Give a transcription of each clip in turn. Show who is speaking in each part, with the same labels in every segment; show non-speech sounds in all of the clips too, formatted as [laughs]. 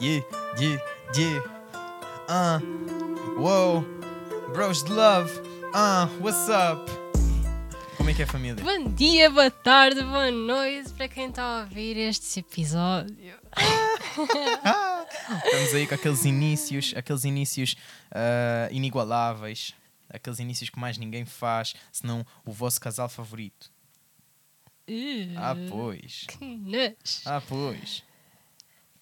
Speaker 1: yeah, yeah, yeah. Uh, wow, bros love. Uh, what's up? Como é que é,
Speaker 2: [laughs]
Speaker 1: família?
Speaker 2: Bom dia, boa tarde, boa noite para quem está a ouvir este episódio.
Speaker 1: Estamos aí com aqueles inícios, aqueles inícios ah, inigualáveis, aqueles inícios que mais ninguém faz, senão o vosso casal favorito. Ah,
Speaker 2: Uhum.
Speaker 1: pois.
Speaker 2: Uh, Que nojo.
Speaker 1: Ah, pois.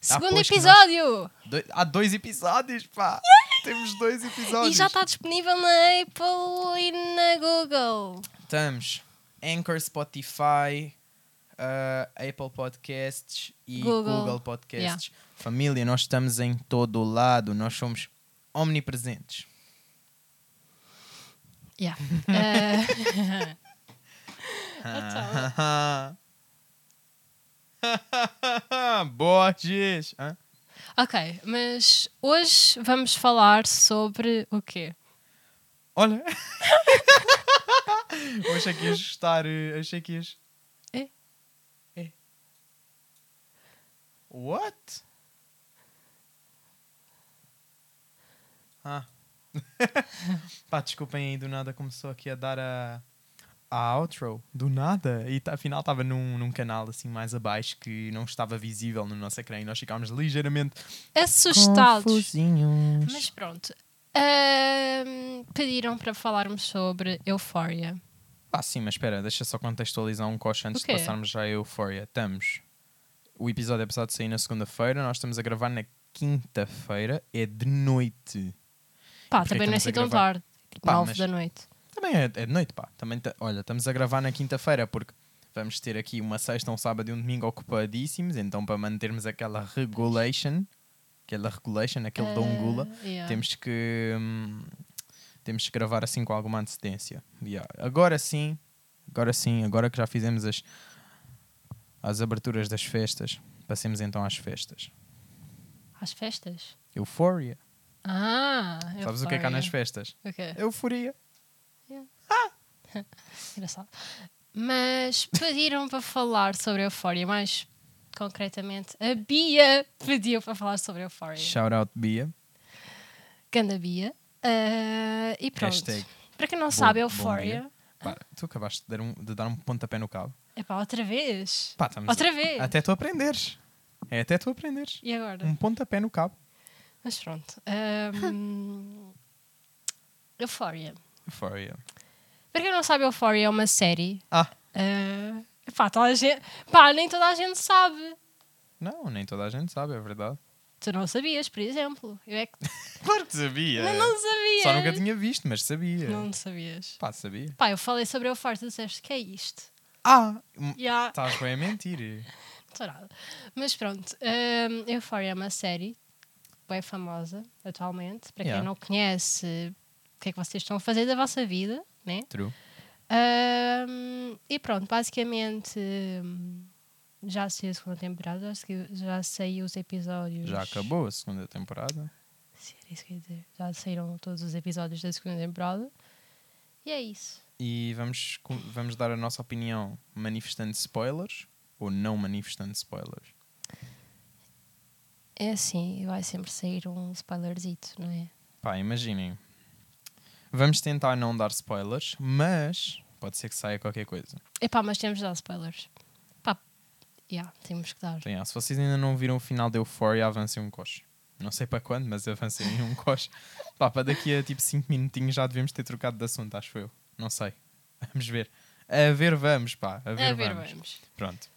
Speaker 2: Segundo
Speaker 1: pois que
Speaker 2: episódio!
Speaker 1: Doi- há dois episódios, pá! Temos dois episódios.
Speaker 2: E já está disponível na Apple e na Google.
Speaker 1: Estamos Anchor, Spotify, ah, Apple Podcasts e Google,
Speaker 2: Google.
Speaker 1: Podcasts. Família, nós estamos em todo o lado, nós somos omnipresentes.
Speaker 2: Yeah. Ah,
Speaker 1: [laughs] Borges! Hã?
Speaker 2: [laughs] ok, mas hoje vamos falar sobre o quê?
Speaker 1: Olha! [laughs] Eu achei que ias estar. eh, Achei que ias.
Speaker 2: É?
Speaker 1: É. What? Ah. [laughs] Pá, desculpem aí, do nada começou aqui a dar a. A outro, do nada. E tá- afinal estava num, num canal assim mais abaixo que não estava visível no nosso ecrã e nós ficámos ligeiramente
Speaker 2: Assustados.
Speaker 1: confusinhos.
Speaker 2: Mas pronto. Ahm, pediram para falarmos sobre Euphoria.
Speaker 1: Ah, sim, mas espera, deixa só contextualizar um coche antes
Speaker 2: O quê?
Speaker 1: de passarmos já a Euphoria. Estamos. O episódio é passado de sair na segunda-feira, nós estamos a gravar na quinta-feira, é de noite.
Speaker 2: Pá,
Speaker 1: Porquê
Speaker 2: também não
Speaker 1: estamos a
Speaker 2: é assim tão
Speaker 1: gravar?
Speaker 2: tarde. Tipo,
Speaker 1: Pá,
Speaker 2: 9
Speaker 1: mas-
Speaker 2: da noite.
Speaker 1: Também é, é de noite, pá. Também ta- Olha, estamos a gravar na quinta-feira porque vamos ter aqui uma sexta, um sábado e um domingo ocupadíssimos, então para mantermos aquela regulation, aquela regulation, aquele
Speaker 2: Ah,
Speaker 1: dongula,
Speaker 2: yeah.
Speaker 1: temos que hum, temos que gravar assim com alguma antecedência Yeah. agora sim agora sim agora que já fizemos as as aberturas das festas passemos então às festas
Speaker 2: Às festas?
Speaker 1: euforia
Speaker 2: Ah,
Speaker 1: sabes o que é que há nas
Speaker 2: Euphoria.
Speaker 1: festas
Speaker 2: O quê?
Speaker 1: euforia
Speaker 2: Engraçado. Mas pediram para falar sobre Euphoria, mais concretamente, a Bia pediu para falar sobre Euphoria.
Speaker 1: shout out Bia
Speaker 2: Ganda Bia. Ah, e pronto.
Speaker 1: Hashtag
Speaker 2: Para quem não
Speaker 1: bom-
Speaker 2: sabe,
Speaker 1: bom
Speaker 2: Euphoria.
Speaker 1: dia.
Speaker 2: Ah?
Speaker 1: Pá, tu acabaste de dar um, de dar um pontapé no cabo
Speaker 2: Epá, outra vez.
Speaker 1: Pá, estamos
Speaker 2: Outra vez.
Speaker 1: até tu aprenderes é até tu aprenderes
Speaker 2: E agora?
Speaker 1: um pontapé no cabo
Speaker 2: Mas pronto. Ahm, Euphoria.
Speaker 1: euforia
Speaker 2: Para quem não sabe, Euphoria é uma série.
Speaker 1: ah
Speaker 2: ah, pá, toda a gente, pá, nem toda a gente sabe.
Speaker 1: não nem toda a gente sabe é verdade
Speaker 2: Tu não sabias, por exemplo. Eu é que
Speaker 1: claro que sabia
Speaker 2: [laughs] não, não sabias.
Speaker 1: Só nunca tinha visto, mas sabia.
Speaker 2: Não sabias.
Speaker 1: Pá, sabia.
Speaker 2: Pá, eu falei sobre o farto, disseste que é isto.
Speaker 1: Ah!
Speaker 2: Já,
Speaker 1: Estás bem a mentir.
Speaker 2: não sou nada. Mas pronto, hum, Euphoria é uma série bem famosa atualmente. Para quem
Speaker 1: Yeah.
Speaker 2: não conhece, o que é que vocês estão a fazer da vossa vida, né?
Speaker 1: True.
Speaker 2: Hum, e pronto, basicamente hum, já saiu a segunda temporada, já saiu, já saiu os episódios.
Speaker 1: Já acabou a segunda temporada.
Speaker 2: Sim, era isso que eu ia dizer. Já saíram todos os episódios da segunda temporada. E é isso.
Speaker 1: E vamos, com- vamos dar a nossa opinião manifestando spoilers ou não manifestando spoilers.
Speaker 2: É assim, vai sempre sair um spoilerzito, não é?
Speaker 1: Pá, imaginem. Vamos tentar não dar spoilers, mas pode ser que saia qualquer coisa.
Speaker 2: Epá, mas temos de dar spoilers. Pá, yeah, temos que dar.
Speaker 1: Então, yeah, se vocês ainda não viram o final de Euphoria, avancem um coche. Não sei para quando, mas avancem um [laughs] coche. Pá, para daqui a tipo 5 minutinhos já devemos ter trocado de assunto, acho eu. Não sei. [laughs] Vamos ver. A ver, vamos, pá. A ver,
Speaker 2: A É ver,
Speaker 1: vamos.
Speaker 2: vamos.
Speaker 1: Pronto.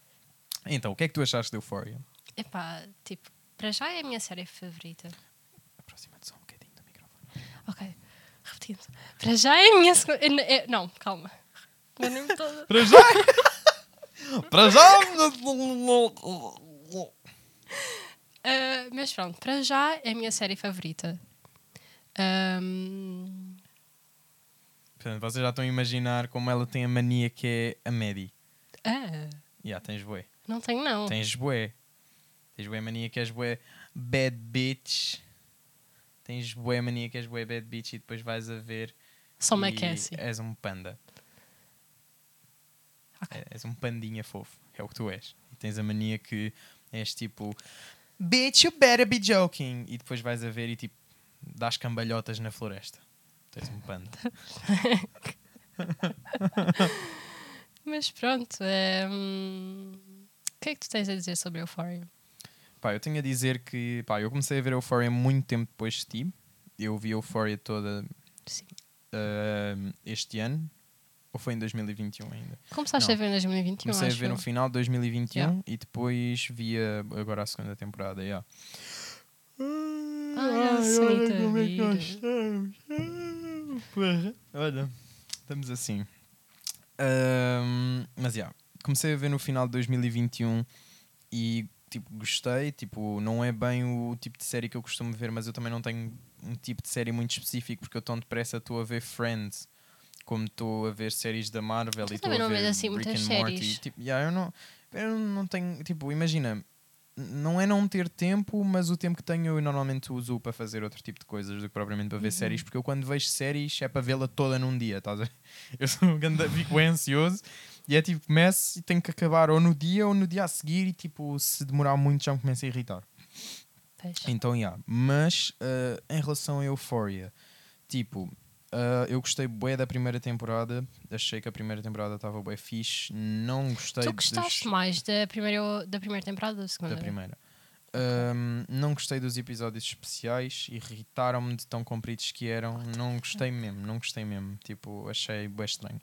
Speaker 1: Então, o que é que tu achaste de Euphoria?
Speaker 2: Epá, tipo, para já é a minha série favorita.
Speaker 1: Aproxima-te só um bocadinho do microfone.
Speaker 2: Ok, repetindo. Para já é a minha segunda. é- é- não, calma. Enganei-me toda. [laughs]
Speaker 1: Para já! [laughs] para já!
Speaker 2: Ah, mas pronto, para já é a minha série favorita. Ahm,
Speaker 1: Portanto, vocês já estão a imaginar como ela tem a mania que é a Maddie.
Speaker 2: ah,
Speaker 1: Já, tens bué.
Speaker 2: não tenho, não.
Speaker 1: Tens bué. Tens bué mania que és bué bad bitch. Tens bué mania que és bué bad bitch e depois vais a ver.
Speaker 2: Só me
Speaker 1: e
Speaker 2: aquece.
Speaker 1: És um panda.
Speaker 2: Ok.
Speaker 1: É- És um pandinha fofo. É o que tu és. E tens a mania que és tipo. Bitch, you better be joking. E depois vais a ver e tipo, dás cambalhotas na floresta. Tens um panda.
Speaker 2: Mas pronto. hum, O que é que tu tens a dizer sobre Euphoria?
Speaker 1: Pá, eu tenho a dizer que pá, eu comecei a ver Euphoria muito tempo depois de ti. Eu vi Euphoria toda
Speaker 2: Sim.
Speaker 1: ahm, ehm, este ano. Ou foi em 2021 ainda?
Speaker 2: Começaste
Speaker 1: Não.
Speaker 2: a ver em 2021,
Speaker 1: Comecei a
Speaker 2: acho
Speaker 1: ver um
Speaker 2: eu.
Speaker 1: no final de 2021
Speaker 2: Yeah.
Speaker 1: e depois via agora a segunda temporada. Yeah.
Speaker 2: Ai, Sanita vida.
Speaker 1: é estamos. Ah, porra. Olha, estamos assim. Ahm, mas yeah, comecei a ver no final de 2021 e tipo, gostei. Tipo, não é bem o tipo de série que eu costumo ver, mas eu também não tenho um tipo de série muito específico porque eu tão depressa estou a ver Friends. Como estou a ver séries da Marvel
Speaker 2: Tu
Speaker 1: e estou
Speaker 2: também
Speaker 1: a
Speaker 2: não
Speaker 1: ver
Speaker 2: vês assim
Speaker 1: Rick
Speaker 2: muitas
Speaker 1: and Morty.
Speaker 2: séries.
Speaker 1: Tipo, yeah, eu, não, eu não tenho. Tipo, imagina, não é não ter tempo, mas o tempo que tenho eu normalmente uso para fazer outro tipo de coisas do que propriamente para
Speaker 2: Uhum.
Speaker 1: ver séries, porque eu quando vejo séries é para vê-la toda num dia, estás a ver? [laughs] Eu sou um grande, fico bem ansioso e é tipo, começo e tenho que acabar ou no dia ou no dia a seguir e tipo, se demorar muito já me começa a irritar.
Speaker 2: Pois.
Speaker 1: Então, yeah. Mas ah, em relação a Euphoria, tipo, ah, eu gostei bué da primeira temporada, achei que a primeira temporada estava bué fixe, não gostei
Speaker 2: Tu
Speaker 1: dos-
Speaker 2: gostaste mais da primeira, da primeira temporada ou da segunda?
Speaker 1: da primeira. Ahm, não gostei dos episódios especiais, irritaram-me de tão compridos que eram. Não gostei mesmo, não gostei mesmo. Tipo, achei bem estranho.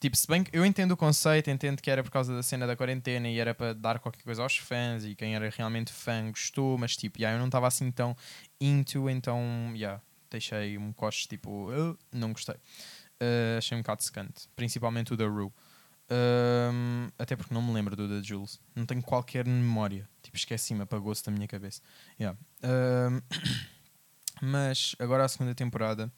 Speaker 1: Tipo, se bem que eu entendo o conceito, entendo que era por causa da cena da quarentena e era para dar qualquer coisa aos fãs e quem era realmente fã gostou, mas tipo, yeah, eu não estava assim tão into, então, yeah, deixei um coche tipo, "Ah", não gostei. Ah, achei um bocado secante, principalmente o da Rue. Ahm, até porque não me lembro do da Jules. Não tenho qualquer memória. Tipo, esqueci-me, apagou-se da minha cabeça. Yeah. Ahm, [coughs] mas agora a segunda temporada.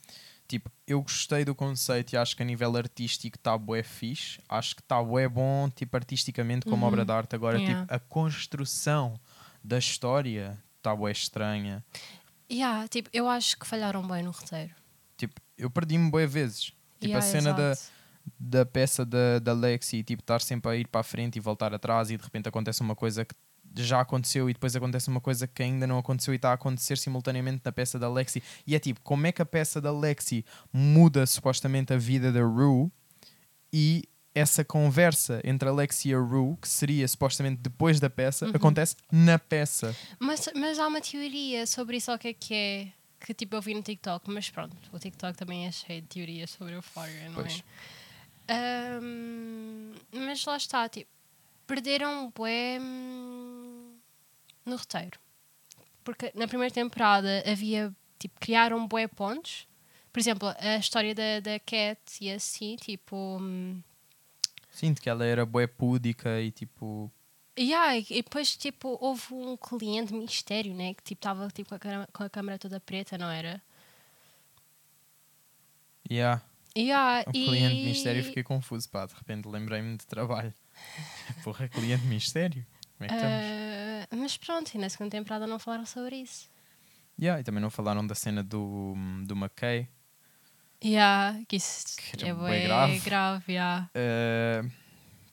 Speaker 1: Tipo, eu gostei do conceito e acho que a nível artístico está bué fixe. Acho que está bué bom, tipo, artisticamente, como
Speaker 2: Uhum.
Speaker 1: obra de arte. Agora,
Speaker 2: Yeah.
Speaker 1: tipo, a construção da história está bué estranha.
Speaker 2: Yeah, tipo, eu acho que falharam bem no roteiro.
Speaker 1: Tipo, eu perdi-me bué vezes. Tipo,
Speaker 2: Yeah,
Speaker 1: a cena da,
Speaker 2: exato.
Speaker 1: da peça da, da Lexi, tipo, estar sempre a ir para a frente e voltar atrás e de repente acontece uma coisa que já aconteceu e depois acontece uma coisa que ainda não aconteceu e está a acontecer simultaneamente na peça da Lexi. E é tipo, como é que a peça da Lexi muda supostamente a vida da Rue e essa conversa entre a Lexi e a Rue, que seria supostamente depois da peça, acontece na peça.
Speaker 2: Mas, mas há uma teoria sobre isso, o que é que é? Que tipo eu vi no TikTok, mas pronto, o TikTok também é cheio de teorias sobre Euphoria, não
Speaker 1: Pois.
Speaker 2: é? Ahm, mas lá está, tipo, perderam bué hum, no roteiro. Porque na primeira temporada havia, tipo, criaram bué pontos. Por exemplo, a história da, da Cat e assim, tipo. hum,
Speaker 1: Sinto que ela era bué púdica e tipo,
Speaker 2: Yeah, e e depois tipo, houve um cliente mistério, né? Que tipo estava tipo, com, a câmara- com a câmera toda preta, não era?
Speaker 1: yeah.
Speaker 2: Yeah,
Speaker 1: O
Speaker 2: e...
Speaker 1: cliente mistério fiquei confuso, pá, de repente lembrei-me de trabalho. [laughs] Porra, cliente mistério? Como é que estamos?
Speaker 2: Ah, mas pronto, e na segunda temporada não falaram sobre isso.
Speaker 1: Yeah, e também não falaram da cena do, do McKay.
Speaker 2: Yeah, que isso
Speaker 1: Que era
Speaker 2: é
Speaker 1: bué
Speaker 2: bué
Speaker 1: grave.
Speaker 2: grave. yeah.
Speaker 1: Eh,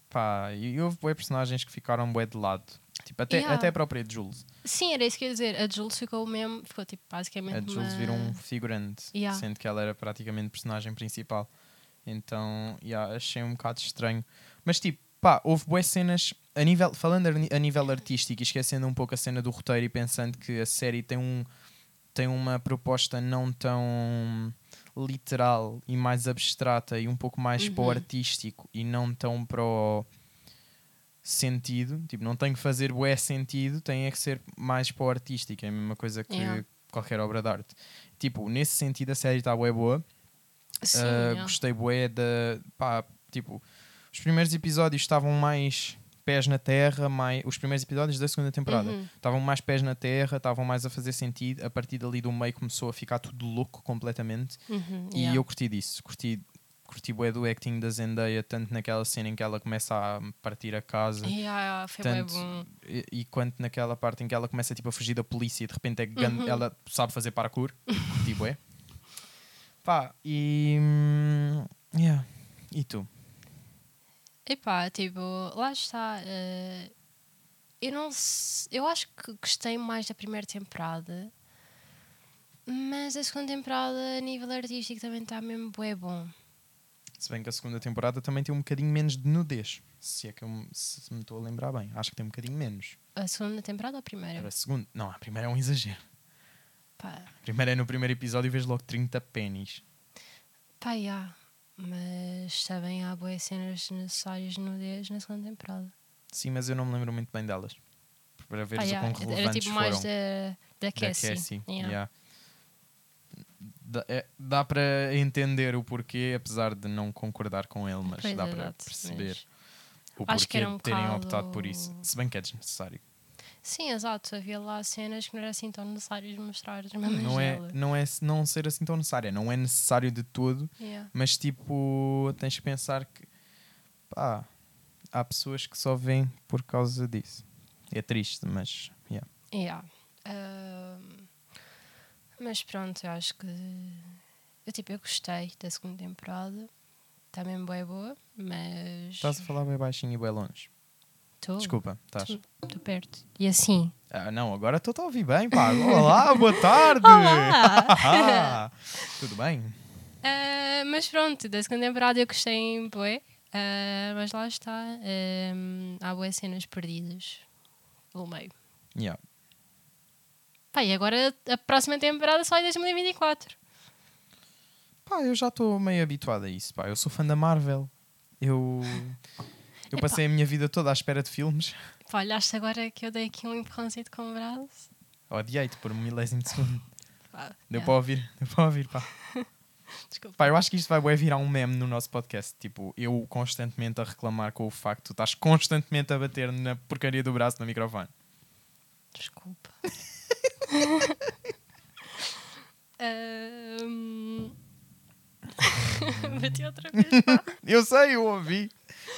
Speaker 1: pá, e houve bué personagens que ficaram bué de lado. Tipo, até,
Speaker 2: Yeah.
Speaker 1: até a própria Jules.
Speaker 2: Sim, era isso que eu ia dizer. A Jules ficou mesmo, ficou tipo basicamente.
Speaker 1: A Jules
Speaker 2: uma-
Speaker 1: virou um figurante,
Speaker 2: Yeah.
Speaker 1: sendo que ela era praticamente personagem principal. Então, yeah, achei um bocado estranho. Mas tipo, pá, houve boas cenas a nível, falando a ni- a nível artístico e esquecendo um pouco a cena do roteiro e pensando que a série tem um tem uma proposta não tão literal e mais abstrata e um pouco mais para o
Speaker 2: Uhum.
Speaker 1: artístico e não tão para o sentido, tipo, não tem que fazer bué sentido, tem é que ser mais para o artístico, é a mesma coisa que
Speaker 2: Yeah.
Speaker 1: qualquer obra de arte. Tipo, nesse sentido a série está bué boa,
Speaker 2: Sim,
Speaker 1: Uh,
Speaker 2: yeah.
Speaker 1: Gostei bué da. Pá, tipo, os primeiros episódios estavam mais pés na terra, mais, os primeiros episódios da segunda temporada
Speaker 2: Uhum.
Speaker 1: estavam mais pés na terra, estavam mais a fazer sentido. A partir dali do meio começou a ficar tudo louco completamente.
Speaker 2: Uhum,
Speaker 1: E
Speaker 2: yeah.
Speaker 1: eu curti disso, curti, curti bué do acting da Zendaya, tanto naquela cena em que ela começa a partir a casa.
Speaker 2: Yeah, foi bué
Speaker 1: Tanto-
Speaker 2: bom.
Speaker 1: E, e quanto naquela parte em que ela começa tipo, a fugir da polícia e de repente é grande,
Speaker 2: Uhum.
Speaker 1: ela sabe fazer
Speaker 2: [laughs]
Speaker 1: parkour, tipo é. Pá, e. hum, yeah. E tu?
Speaker 2: Epá, tipo, lá está. eh, eu não se- eu acho que gostei mais da primeira temporada mas a segunda temporada a nível artístico também está mesmo bué bom
Speaker 1: Se bem que a segunda temporada também tem um bocadinho menos de nudez. Se é que eu me, se me estou a lembrar bem. Acho que tem um bocadinho menos.
Speaker 2: a segunda temporada ou a
Speaker 1: Era
Speaker 2: primeira
Speaker 1: a segunda. Não, a primeira é um exagero.
Speaker 2: pá
Speaker 1: A primeira é no primeiro episódio e vês logo 30 pênis.
Speaker 2: pá já. mas também há boas cenas necessárias no nudez na segunda temporada
Speaker 1: Sim, mas eu não me lembro muito bem delas. Para
Speaker 2: Pá,
Speaker 1: veres o
Speaker 2: já,
Speaker 1: quão
Speaker 2: era
Speaker 1: relevantes
Speaker 2: tipo mais
Speaker 1: foram.
Speaker 2: da da
Speaker 1: da
Speaker 2: Cassie, é assim, Yeah.
Speaker 1: yeah. Dá, é- dá para entender o porquê, apesar de não concordar com ele, mas
Speaker 2: Pois,
Speaker 1: dá para
Speaker 2: exato,
Speaker 1: perceber
Speaker 2: mas-
Speaker 1: o
Speaker 2: Acho
Speaker 1: porquê
Speaker 2: que era um
Speaker 1: de terem
Speaker 2: bocado-
Speaker 1: optado por isso. Se bem que é desnecessário.
Speaker 2: sim exato havia lá cenas que não era assim tão necessárias mostrar mas
Speaker 1: Não é,
Speaker 2: ela-
Speaker 1: não é não ser assim tão necessário, não é necessário de todo,
Speaker 2: Yeah.
Speaker 1: mas tipo, tens que pensar que pá, há pessoas que só vêm por causa disso. É triste, mas yeah.
Speaker 2: Yeah. Ahm, mas pronto, eu acho que. Eu, tipo, eu gostei da segunda temporada. Está mesmo bem boa, mas.
Speaker 1: estás a falar bem baixinho e bem longe.
Speaker 2: Tô,
Speaker 1: Tá- Desculpa, estás.
Speaker 2: Estou perto. E assim.
Speaker 1: Ah, não, agora estou a ouvir bem, pá. Olá, boa tarde.
Speaker 2: [laughs] Olá.
Speaker 1: [laughs] Tudo bem?
Speaker 2: Ah, mas pronto, da segunda temporada eu gostei em boé. mas lá está. ahm, há boas cenas perdidas pelo meio.
Speaker 1: Yeah.
Speaker 2: Pá, e agora a próxima temporada só em 2024.
Speaker 1: Pá, eu já estou meio habituado a isso, pá. Eu sou fã da Marvel. Eu, eu
Speaker 2: Epá.
Speaker 1: passei a minha vida toda à espera de filmes. [laughs]
Speaker 2: Pá, olhaste agora que eu dei aqui um empurrãozinho com o braço.
Speaker 1: Odiei-te por um milésimo de segundo.
Speaker 2: Pá,
Speaker 1: Deu
Speaker 2: yeah,
Speaker 1: para ouvir, [laughs] deu para ouvir, pá.
Speaker 2: Desculpa.
Speaker 1: Pá, eu acho que isto vai bué virar um meme no nosso podcast. Tipo, eu constantemente a reclamar com o facto de tu estás constantemente a bater na porcaria do braço no microfone.
Speaker 2: Desculpa. [laughs] Ahm. [laughs] Bati outra vez. pá.
Speaker 1: Eu sei, eu ouvi.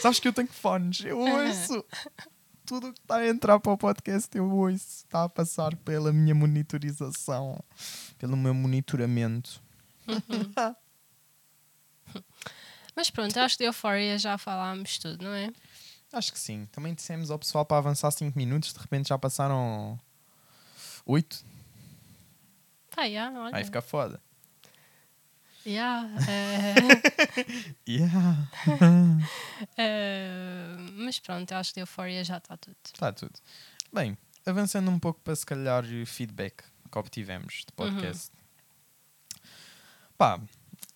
Speaker 1: Sabes que eu tenho fones, eu ouço. Tudo o que está a entrar para o podcast eu ouço. Está a passar pela minha monitorização, pelo meu monitoramento.
Speaker 2: Mas pronto, acho que de Euphoria já falámos tudo, não é?
Speaker 1: [laughs] Acho que sim. Também dissemos ao pessoal para avançar 5 minutos, de repente já passaram 8.
Speaker 2: Pá, já, olha.
Speaker 1: Aí fica foda.
Speaker 2: Já,
Speaker 1: Yeah.
Speaker 2: eh, [laughs] eh, mas pronto, acho que de Euphoria já está tudo.
Speaker 1: Está tudo. Bem, avançando um pouco para se calhar o feedback que obtivemos
Speaker 2: Uhum.
Speaker 1: de podcast. Pá,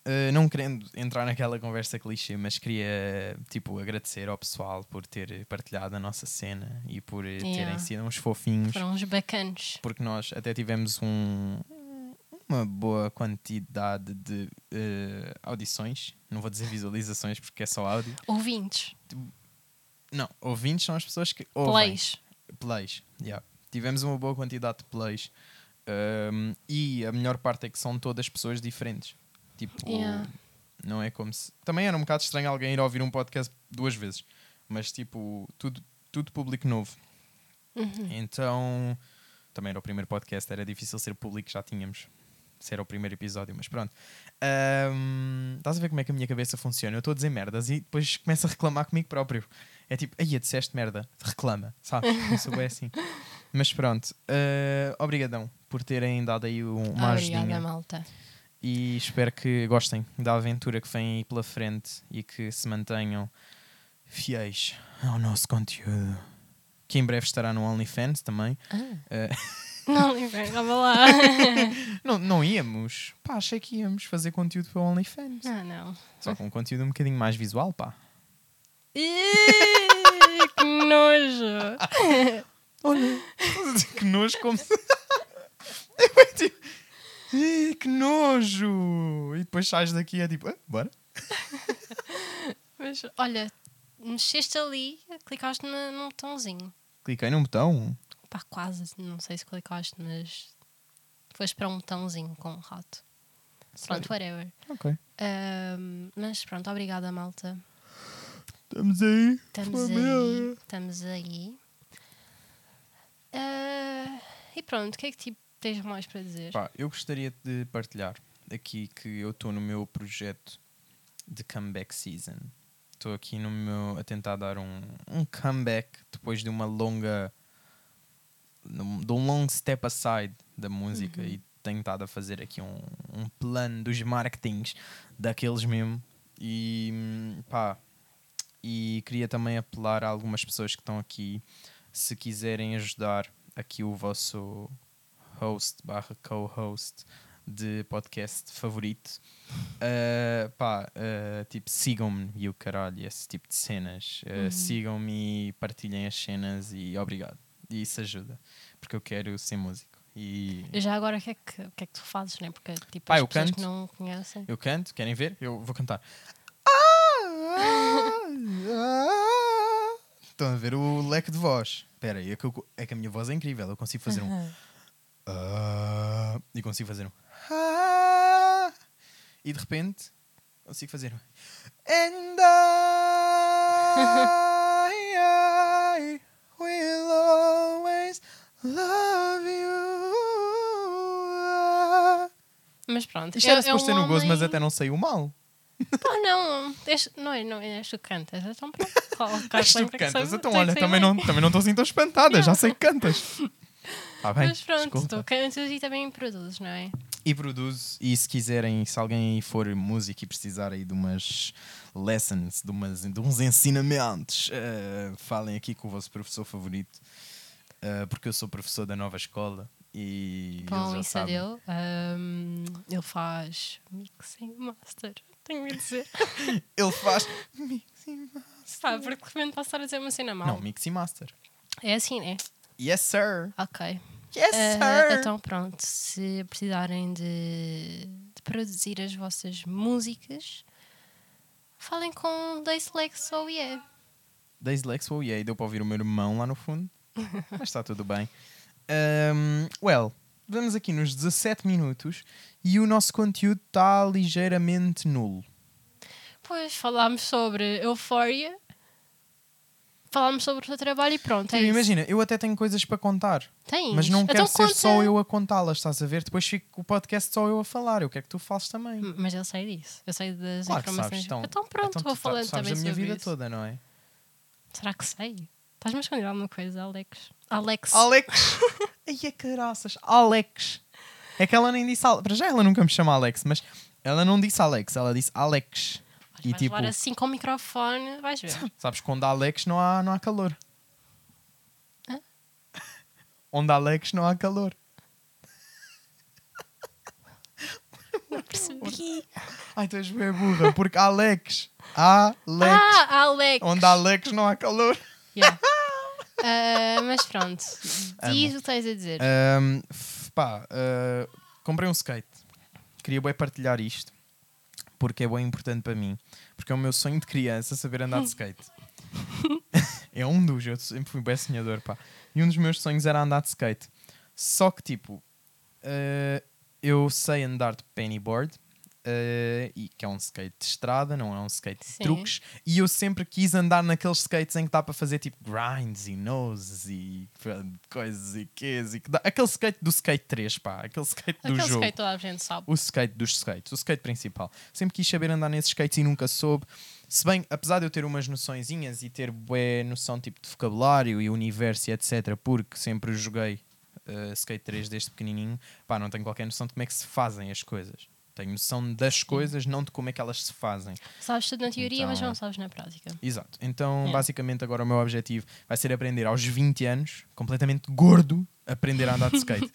Speaker 1: eh, não querendo entrar naquela conversa clichê, mas queria tipo agradecer ao pessoal por ter partilhado a nossa cena e por eh, terem
Speaker 2: Yeah.
Speaker 1: sido uns fofinhos,
Speaker 2: Foram uns bacanos.
Speaker 1: porque nós até tivemos um- uma boa quantidade de eh, audições, não vou dizer [laughs] visualizações porque é só áudio.
Speaker 2: Ouvintes,
Speaker 1: Não, ouvintes são as pessoas que ouvem
Speaker 2: plays.
Speaker 1: plays. yeah. Tivemos uma boa quantidade de plays. Um, e a melhor parte é que são todas pessoas diferentes. Tipo,
Speaker 2: Yeah.
Speaker 1: não é como se. Também era um bocado estranho alguém ir ouvir um podcast duas vezes. Mas, tipo, tudo, tudo público novo. Então, também era o primeiro podcast, era difícil ser público, já tínhamos. Se era o primeiro episódio, mas pronto. Um, estás a ver como é que a minha cabeça funciona? Eu estou a dizer merdas e depois começo a reclamar comigo próprio. É tipo, aí disseste merda, reclama, sabes? Não sou bem
Speaker 2: [laughs]
Speaker 1: assim. Mas pronto, eh, obrigadão por terem dado aí um- uma
Speaker 2: Obrigada,
Speaker 1: ajudinha
Speaker 2: malta.
Speaker 1: e espero que gostem da aventura que vem aí pela frente e que se mantenham fiéis ao nosso conteúdo. Que em breve estará no OnlyFans também. Eh,
Speaker 2: [laughs] Não, Liber, calma lá.
Speaker 1: não, não íamos. Pá, achei que íamos fazer conteúdo para o OnlyFans.
Speaker 2: Ah, não.
Speaker 1: Só com um conteúdo um bocadinho mais visual, pá.
Speaker 2: Ih, que nojo.
Speaker 1: Olha, [laughs] que nojo como se. Eu [laughs] é tipo, "Ih, que nojo! E depois sais daqui e é tipo, "Ah, bora.
Speaker 2: Mas olha, mexeste ali, clicaste na- num botãozinho.
Speaker 1: Cliquei num botão.
Speaker 2: Pá, quase, não sei se clicaste, mas foste para um botãozinho com um rato. Pronto, whatever.
Speaker 1: Ok.
Speaker 2: Ahm, mas pronto, obrigada, malta.
Speaker 1: Estamos aí.
Speaker 2: Estamos aí.
Speaker 1: Família.
Speaker 2: Estamos aí. Ah, e pronto, o que é que tipo, tens mais para dizer?
Speaker 1: Pá, eu gostaria de partilhar aqui que eu estou no meu projeto de comeback season. Estou aqui no meu a tentar dar um, um comeback depois de uma longa num- de um long step aside da música e tenho estado a fazer aqui um, um plano dos marketings daqueles mesmo e hum, pá e queria também apelar a algumas pessoas que estão aqui se quiserem ajudar aqui o vosso host barra co-host de podcast favorito [laughs] Uh, pá, uh, tipo, sigam-me e o caralho, esse tipo de cenas. Uh, Sigam-me e partilhem as cenas e obrigado. E isso ajuda, porque eu quero ser músico. E
Speaker 2: Já agora, o que, é que, o que é que tu fazes, né? Porque tipo,
Speaker 1: Pá,
Speaker 2: as
Speaker 1: eu
Speaker 2: pessoas
Speaker 1: canto.
Speaker 2: que não conhecem.
Speaker 1: eu canto, querem ver? Eu vou cantar. Estão a ver o leque de voz. Espera aí, é, que eu- é que a minha voz é incrível. Eu consigo fazer um.
Speaker 2: Aham.
Speaker 1: Ah, e consigo fazer um. ah, E de repente consigo fazer um. And I, I will always love you.
Speaker 2: Mas pronto.
Speaker 1: Isto
Speaker 2: é-
Speaker 1: era
Speaker 2: é
Speaker 1: suposto
Speaker 2: um
Speaker 1: ter no gozo, mas
Speaker 2: homem-
Speaker 1: até não saiu mal.
Speaker 2: Pá, não, és- não, é, não, és tu que cantas. Então
Speaker 1: [laughs]
Speaker 2: pronto. Qual, qual,
Speaker 1: Mas tu
Speaker 2: lembra que
Speaker 1: cantas,
Speaker 2: sou-
Speaker 1: então
Speaker 2: tu é que
Speaker 1: olha,
Speaker 2: sei
Speaker 1: também
Speaker 2: bem.
Speaker 1: não estou também não tô assim tão espantada, já sei que
Speaker 2: [laughs]
Speaker 1: cantas. Tá bem,
Speaker 2: Mas pronto,
Speaker 1: desculpa.
Speaker 2: tu cantas e também produzes, não é?
Speaker 1: E produzo, e se quiserem, se alguém aí for músico e precisar aí de umas lessons, de, umas, de uns ensinamentos, eh, falem aqui com o vosso professor favorito, eh, porque eu sou professor da nova escola e
Speaker 2: Bom,
Speaker 1: eles
Speaker 2: isso
Speaker 1: já
Speaker 2: é
Speaker 1: sabem.
Speaker 2: dele. Ahm, ele faz mixing master. Tenho de
Speaker 1: [laughs]
Speaker 2: dizer.
Speaker 1: Ele faz.
Speaker 2: Pá, porque de repente posso estar a dizer uma cena mal.
Speaker 1: Não, mix e master.
Speaker 2: É assim, né?
Speaker 1: Yes, sir!
Speaker 2: Ok.
Speaker 1: Yes,
Speaker 2: Ah,
Speaker 1: sir!
Speaker 2: então pronto, se precisarem de, de produzir as vossas músicas, falem com Dayslex ou IE.
Speaker 1: Daisy Lexwell, e aí deu para ouvir o meu irmão lá no fundo.
Speaker 2: [laughs]
Speaker 1: Mas está tudo bem. Um, well, vamos aqui nos 17 minutos e o nosso conteúdo está ligeiramente nulo.
Speaker 2: Pois falámos sobre Euphoria, falámos sobre o teu trabalho e pronto. É
Speaker 1: Tipo,
Speaker 2: isso.
Speaker 1: imagina, eu até tenho coisas para contar,
Speaker 2: Tens.
Speaker 1: mas não quero
Speaker 2: Então
Speaker 1: ser
Speaker 2: conta-
Speaker 1: só eu a contá-las, estás a ver? Depois fico o podcast só eu a falar, eu quero que tu fales também.
Speaker 2: Mas eu sei disso, eu sei das
Speaker 1: Claro que
Speaker 2: Hum, informações.
Speaker 1: sabes, então-
Speaker 2: pronto,
Speaker 1: Então,
Speaker 2: vou
Speaker 1: tu tá-
Speaker 2: falando
Speaker 1: sabes
Speaker 2: também
Speaker 1: a minha
Speaker 2: sobre
Speaker 1: vida
Speaker 2: isso.
Speaker 1: toda, não é?
Speaker 2: Será que sei? Estás-me a esconder alguma coisa, Alex? Alex.
Speaker 1: Alex! [laughs] Ai, a caraças! Alex! É que ela nem disse Alex. Para já ela nunca me chama Alex, mas ela não disse Alex, ela disse Alex.
Speaker 2: Vais
Speaker 1: E
Speaker 2: falar
Speaker 1: tipo,
Speaker 2: assim com o microfone, vais ver.
Speaker 1: [laughs] sabes que onde há Alex não há, não há calor.
Speaker 2: Hã?
Speaker 1: [laughs] Onde há Alex não há calor.
Speaker 2: Não percebi.
Speaker 1: Ai, tu és bem burra, porque há Alex. Há Alex.
Speaker 2: Ah, Alex.
Speaker 1: Onde há Alex não há calor.
Speaker 2: Yeah.
Speaker 1: [laughs]
Speaker 2: Ah, mas pronto, diz
Speaker 1: Amo.
Speaker 2: o que tens a
Speaker 1: Ah,
Speaker 2: dizer.
Speaker 1: Ahm, f- pá, ah, comprei um skate. Queria bem partilhar isto porque é bem importante para mim. Porque é o meu sonho de criança saber andar de skate. [laughs] é um dos, eu sempre fui bem sonhador, pá. E um dos meus sonhos era andar de skate. Só que tipo, ah, eu sei andar de pennyboard. ah, e que é um skate de estrada, não é um skate de
Speaker 2: Sim.
Speaker 1: truques. E eu sempre quis andar naqueles skates em que dá para fazer tipo grinds e noses e coisas e quês. E que dá. Aquele skate do skate 3, pá. Aquele skate do
Speaker 2: Aquele
Speaker 1: jogo
Speaker 2: skate toda a gente sabe.
Speaker 1: o skate dos skates, o skate principal. Sempre quis saber andar nesses skates e nunca soube. Se bem, apesar de eu ter umas noçõezinhas e ter boa noção tipo de vocabulário e universo e etc, porque sempre joguei eh, skate 3 desde pequenininho, pá, não tenho qualquer noção de como é que se fazem as coisas. Tenho noção das coisas, não de como é que elas se fazem.
Speaker 2: Sabes tudo na teoria, mas
Speaker 1: Então-
Speaker 2: não sabes na prática.
Speaker 1: Exato. Então,
Speaker 2: É.
Speaker 1: basicamente, agora o meu objetivo vai ser aprender aos 20 anos, completamente gordo, aprender a andar de skate.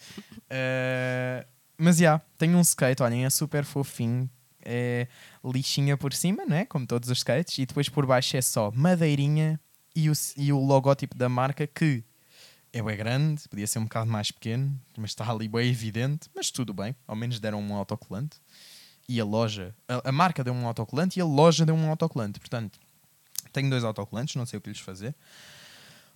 Speaker 1: Eh, mas já, tenho um skate, olhem, é super fofinho. É lixinha por cima, né? como todos os skates, e depois por baixo é só madeirinha e o, s- e o logótipo da marca que é bem grande, podia ser um bocado mais pequeno, mas está ali bem evidente, mas tudo bem, ao menos deram um autocolante e a loja, a, a marca deu um autocolante e a loja deu um autocolante, portanto tenho dois autocolantes, não sei o que lhes fazer.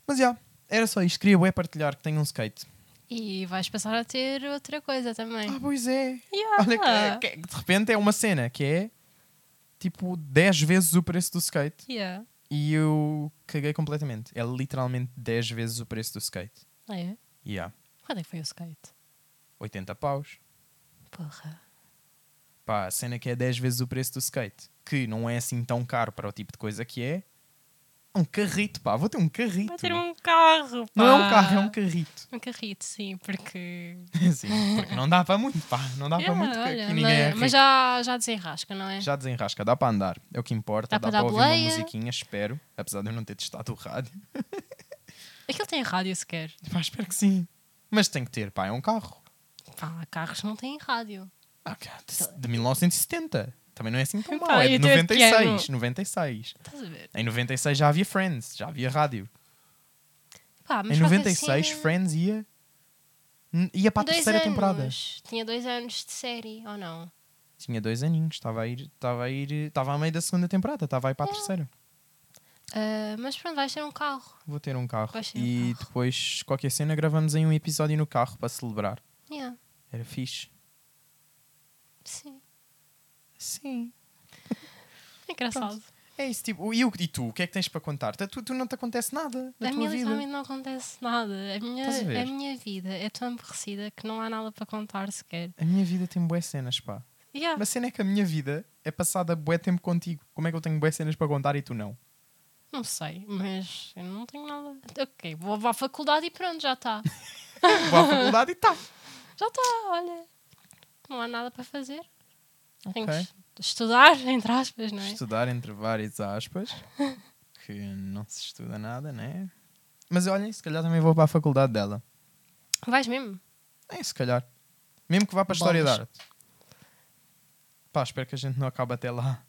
Speaker 1: Mas já, era só isto. Queria bué partilhar que tenho um skate.
Speaker 2: E vais passar a ter outra coisa também.
Speaker 1: Ah, pois é.
Speaker 2: Yeah.
Speaker 1: Olha, que, que de repente é uma cena que é tipo 10 vezes o preço do skate
Speaker 2: Yeah.
Speaker 1: e eu caguei completamente. É literalmente 10 vezes o preço do skate.
Speaker 2: É.
Speaker 1: E há
Speaker 2: Quando é que foi o skate?
Speaker 1: 80 paus.
Speaker 2: Porra.
Speaker 1: Pá, a cena que é 10 vezes o preço do skate, que não é assim tão caro para o tipo de coisa que é, Um carrito, pá. Vou ter um carrito.
Speaker 2: Vai ter um carro, pá.
Speaker 1: Não é um carro, é um carrito.
Speaker 2: Um carrito, sim, porque.
Speaker 1: [laughs] Sim, porque não dá para muito, pá. Não dá para
Speaker 2: Yeah,
Speaker 1: muito que
Speaker 2: olha,
Speaker 1: aqui ninguém é
Speaker 2: mas,
Speaker 1: rico.
Speaker 2: mas já, já desenrasca, não é?
Speaker 1: Já desenrasca, dá para andar, é o que importa.
Speaker 2: Dá
Speaker 1: Dá,
Speaker 2: para dar
Speaker 1: para ouvir
Speaker 2: boleia.
Speaker 1: uma musiquinha, espero. Apesar de eu não ter testado o rádio.
Speaker 2: Aquilo tem rádio sequer.
Speaker 1: Pá, espero que sim. Mas tem que ter, pá, é um carro.
Speaker 2: Pá, carros não têm rádio.
Speaker 1: Ah, cara, de- de 1970. Também não é assim tão
Speaker 2: Pá,
Speaker 1: mau, é de
Speaker 2: e ter
Speaker 1: 96.
Speaker 2: piano.
Speaker 1: 96.
Speaker 2: Estás a ver?
Speaker 1: Em 96 já havia Friends, já havia rádio.
Speaker 2: Pá, mas é
Speaker 1: em
Speaker 2: qualquer
Speaker 1: 96
Speaker 2: cena-
Speaker 1: Friends ia ia para a
Speaker 2: Dois
Speaker 1: terceira
Speaker 2: anos.
Speaker 1: temporada.
Speaker 2: Tinha dois anos de série, ou não?
Speaker 1: Tinha dois aninhos, estava a ir, estava a ir, estava a meio da segunda temporada, estava a ir para a
Speaker 2: É.
Speaker 1: terceira.
Speaker 2: Ah, mas pronto, vais ter um carro.
Speaker 1: Vou ter um carro
Speaker 2: Vais ter um
Speaker 1: e
Speaker 2: carro.
Speaker 1: depois qualquer cena gravamos em um episódio no carro para celebrar.
Speaker 2: Yeah,
Speaker 1: Era fixe.
Speaker 2: sim.
Speaker 1: Sim.
Speaker 2: Engraçado.
Speaker 1: É isso, tipo, e, eu- e tu, o que é que tens para contar? Tu, tu não te acontece nada da
Speaker 2: a
Speaker 1: tua
Speaker 2: minha
Speaker 1: vida.
Speaker 2: literalmente não acontece nada. A
Speaker 1: Estás a
Speaker 2: minha,
Speaker 1: ver?
Speaker 2: a minha vida é tão aborrecida que não há nada para contar sequer.
Speaker 1: A minha vida tem bué cenas, pá.
Speaker 2: Yeah.
Speaker 1: Mas a cena é que a minha vida é passada bué tempo contigo. Como é que eu tenho bué cenas para contar e tu não?
Speaker 2: Não sei, mas eu não tenho nada. Ok, vou vou à faculdade e pronto, já está.
Speaker 1: Vou
Speaker 2: [laughs]
Speaker 1: à faculdade e tá.
Speaker 2: Já está, olha. Não há nada para fazer. Tenho que
Speaker 1: Ok.
Speaker 2: es- estudar, [laughs] entre aspas, não é?
Speaker 1: Estudar entre várias aspas, que não se estuda nada, né? Mas olhem, se calhar também vou para a faculdade dela.
Speaker 2: Vais mesmo?
Speaker 1: É, se calhar. Mesmo que vá para a História da
Speaker 2: Bolas.
Speaker 1: Arte. Pá, espero que a gente não acabe até
Speaker 2: [laughs]
Speaker 1: lá.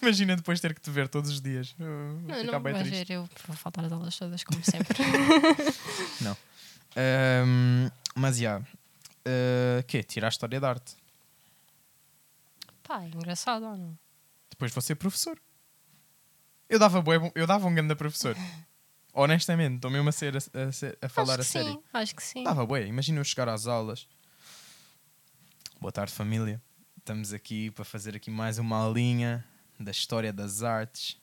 Speaker 1: Imagina depois ter que te ver todos os dias. Eu vou
Speaker 2: Não,
Speaker 1: ficar
Speaker 2: não
Speaker 1: bem
Speaker 2: vais
Speaker 1: triste.
Speaker 2: ver, eu vou faltar às aulas todas, como sempre.
Speaker 1: [laughs] Ahm, mas já. Ah, quê? Tirar a História da Arte.
Speaker 2: Pá, é engraçado ou não?
Speaker 1: Depois vou ser professor. Eu dava, bué bom- eu dava um grande
Speaker 2: [laughs]
Speaker 1: professor. Honestamente, estou mesmo a, ser, a, a ser- a falar
Speaker 2: acho que
Speaker 1: a
Speaker 2: sim,
Speaker 1: sério.
Speaker 2: acho que sim.
Speaker 1: Dava bué. Imagina eu chegar às aulas. Boa tarde, família. Estamos aqui para fazer aqui mais uma aulinha da história das artes.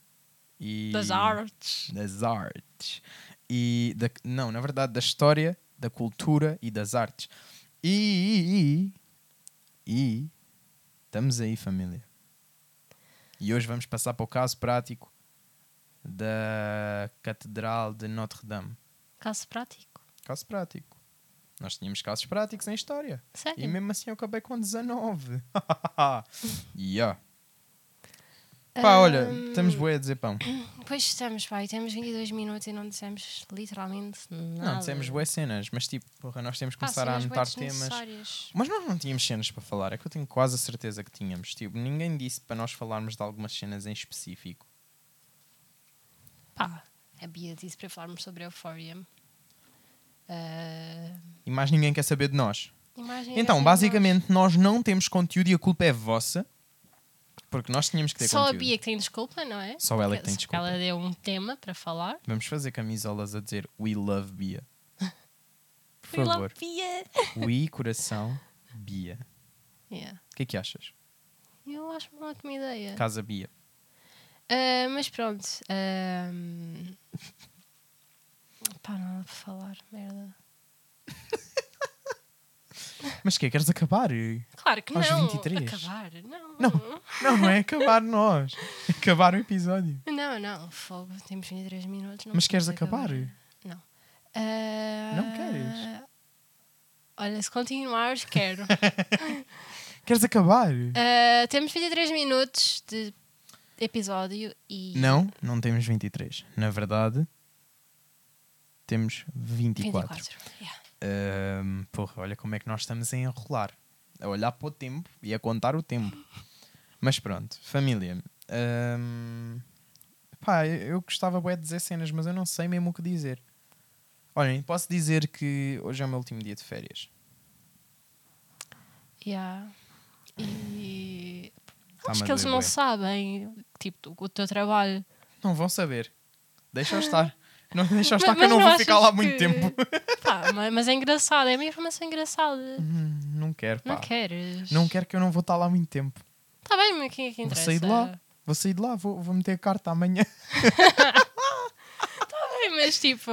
Speaker 1: E...
Speaker 2: Das artes.
Speaker 1: Das artes. E da... Não, na verdade, da história, da cultura e das artes. E... E... e- Estamos aí, família. E hoje vamos passar para o caso prático da Catedral de Notre Dame.
Speaker 2: Caso prático.
Speaker 1: Caso prático. Nós tínhamos casos práticos em história.
Speaker 2: Sério?
Speaker 1: E mesmo assim eu acabei com
Speaker 2: [laughs]
Speaker 1: 19. yeah. Pá,
Speaker 2: Ahm,
Speaker 1: olha, estamos bué a dizer pão.
Speaker 2: Pois estamos, pai, temos 22 minutos e não dissemos literalmente nada.
Speaker 1: Não, dissemos bué cenas, mas tipo, porra, nós temos que
Speaker 2: Pá,
Speaker 1: começar a
Speaker 2: cenas bué
Speaker 1: anotar temas.
Speaker 2: desnecessárias.
Speaker 1: Mas nós não tínhamos cenas para falar, é que eu tenho quase a certeza que tínhamos. Tipo, ninguém disse para nós falarmos de algumas cenas em específico.
Speaker 2: Pá, a Bia disse Ah, para falarmos sobre Euphoria. Ah,
Speaker 1: E mais ninguém quer saber de nós.
Speaker 2: imagem
Speaker 1: Então,
Speaker 2: dessa
Speaker 1: basicamente, nós não temos conteúdo e a culpa é vossa. Porque nós tínhamos que ter
Speaker 2: nós. Só a
Speaker 1: conteúdo.
Speaker 2: Bia que tem desculpa, não é?
Speaker 1: Só ela é que
Speaker 2: Porque-
Speaker 1: tem
Speaker 2: porque Ela deu um tema para falar.
Speaker 1: Vamos fazer camisolas a dizer We love
Speaker 2: [laughs]
Speaker 1: Bia. Por
Speaker 2: Fui lá,
Speaker 1: favor.
Speaker 2: Bia!
Speaker 1: We coração Bia.
Speaker 2: Yeah.
Speaker 1: O que é que achas?
Speaker 2: Eu acho uma ótima ideia.
Speaker 1: Casa Bia.
Speaker 2: Ah, mas pronto. ahm, Pá, não há nada para falar, merda.
Speaker 1: Mas o que é? Queres acabar?
Speaker 2: [laughs] Claro que
Speaker 1: Aos
Speaker 2: não.
Speaker 1: 23.
Speaker 2: Acabar, não.
Speaker 1: Não. Não, não é acabar nós. Acabar o episódio.
Speaker 2: Não, não, fogo, temos 23 minutos. não
Speaker 1: Mas queres
Speaker 2: podemos
Speaker 1: acabar?
Speaker 2: Ah,
Speaker 1: Não queres?
Speaker 2: Olha, se continuares,
Speaker 1: [laughs]
Speaker 2: quero.
Speaker 1: Queres acabar?
Speaker 2: Ah, temos 23 minutos de episódio e.
Speaker 1: Não, não temos 23. Na verdade, temos 24.
Speaker 2: 24. Yeah.
Speaker 1: Ahm, porra, olha como é que nós estamos a enrolar. A olhar para o tempo e a contar o tempo. Mas pronto, família. ahm, pá, eu eu gostava bué de dizer cenas, mas eu não sei mesmo o que dizer. Olhem, posso dizer que hoje é o meu último dia de férias.
Speaker 2: Yeah. E.
Speaker 1: Tá-me
Speaker 2: acho
Speaker 1: a
Speaker 2: que eles
Speaker 1: doer
Speaker 2: não
Speaker 1: Tá bué.
Speaker 2: sabem, tipo, o teu trabalho.
Speaker 1: Não vão saber.
Speaker 2: [laughs]
Speaker 1: Deixa eu estar. Não, deixa eu
Speaker 2: Mas-
Speaker 1: estar que eu
Speaker 2: mas
Speaker 1: não,
Speaker 2: não
Speaker 1: vou ficar
Speaker 2: achas
Speaker 1: lá muito
Speaker 2: que-
Speaker 1: tempo. [laughs]
Speaker 2: Pá, ma- mas é engraçado, é uma informação engraçada.
Speaker 1: Hum, não quero, pá.
Speaker 2: Não queres?
Speaker 1: Não quero que eu não vou estar lá muito tempo.
Speaker 2: Está bem, mas quem é que
Speaker 1: Vou
Speaker 2: interessa?
Speaker 1: sair de lá. Vou sair de lá, vou, vou meter a carta amanhã. [laughs]
Speaker 2: Ai, mas tipo,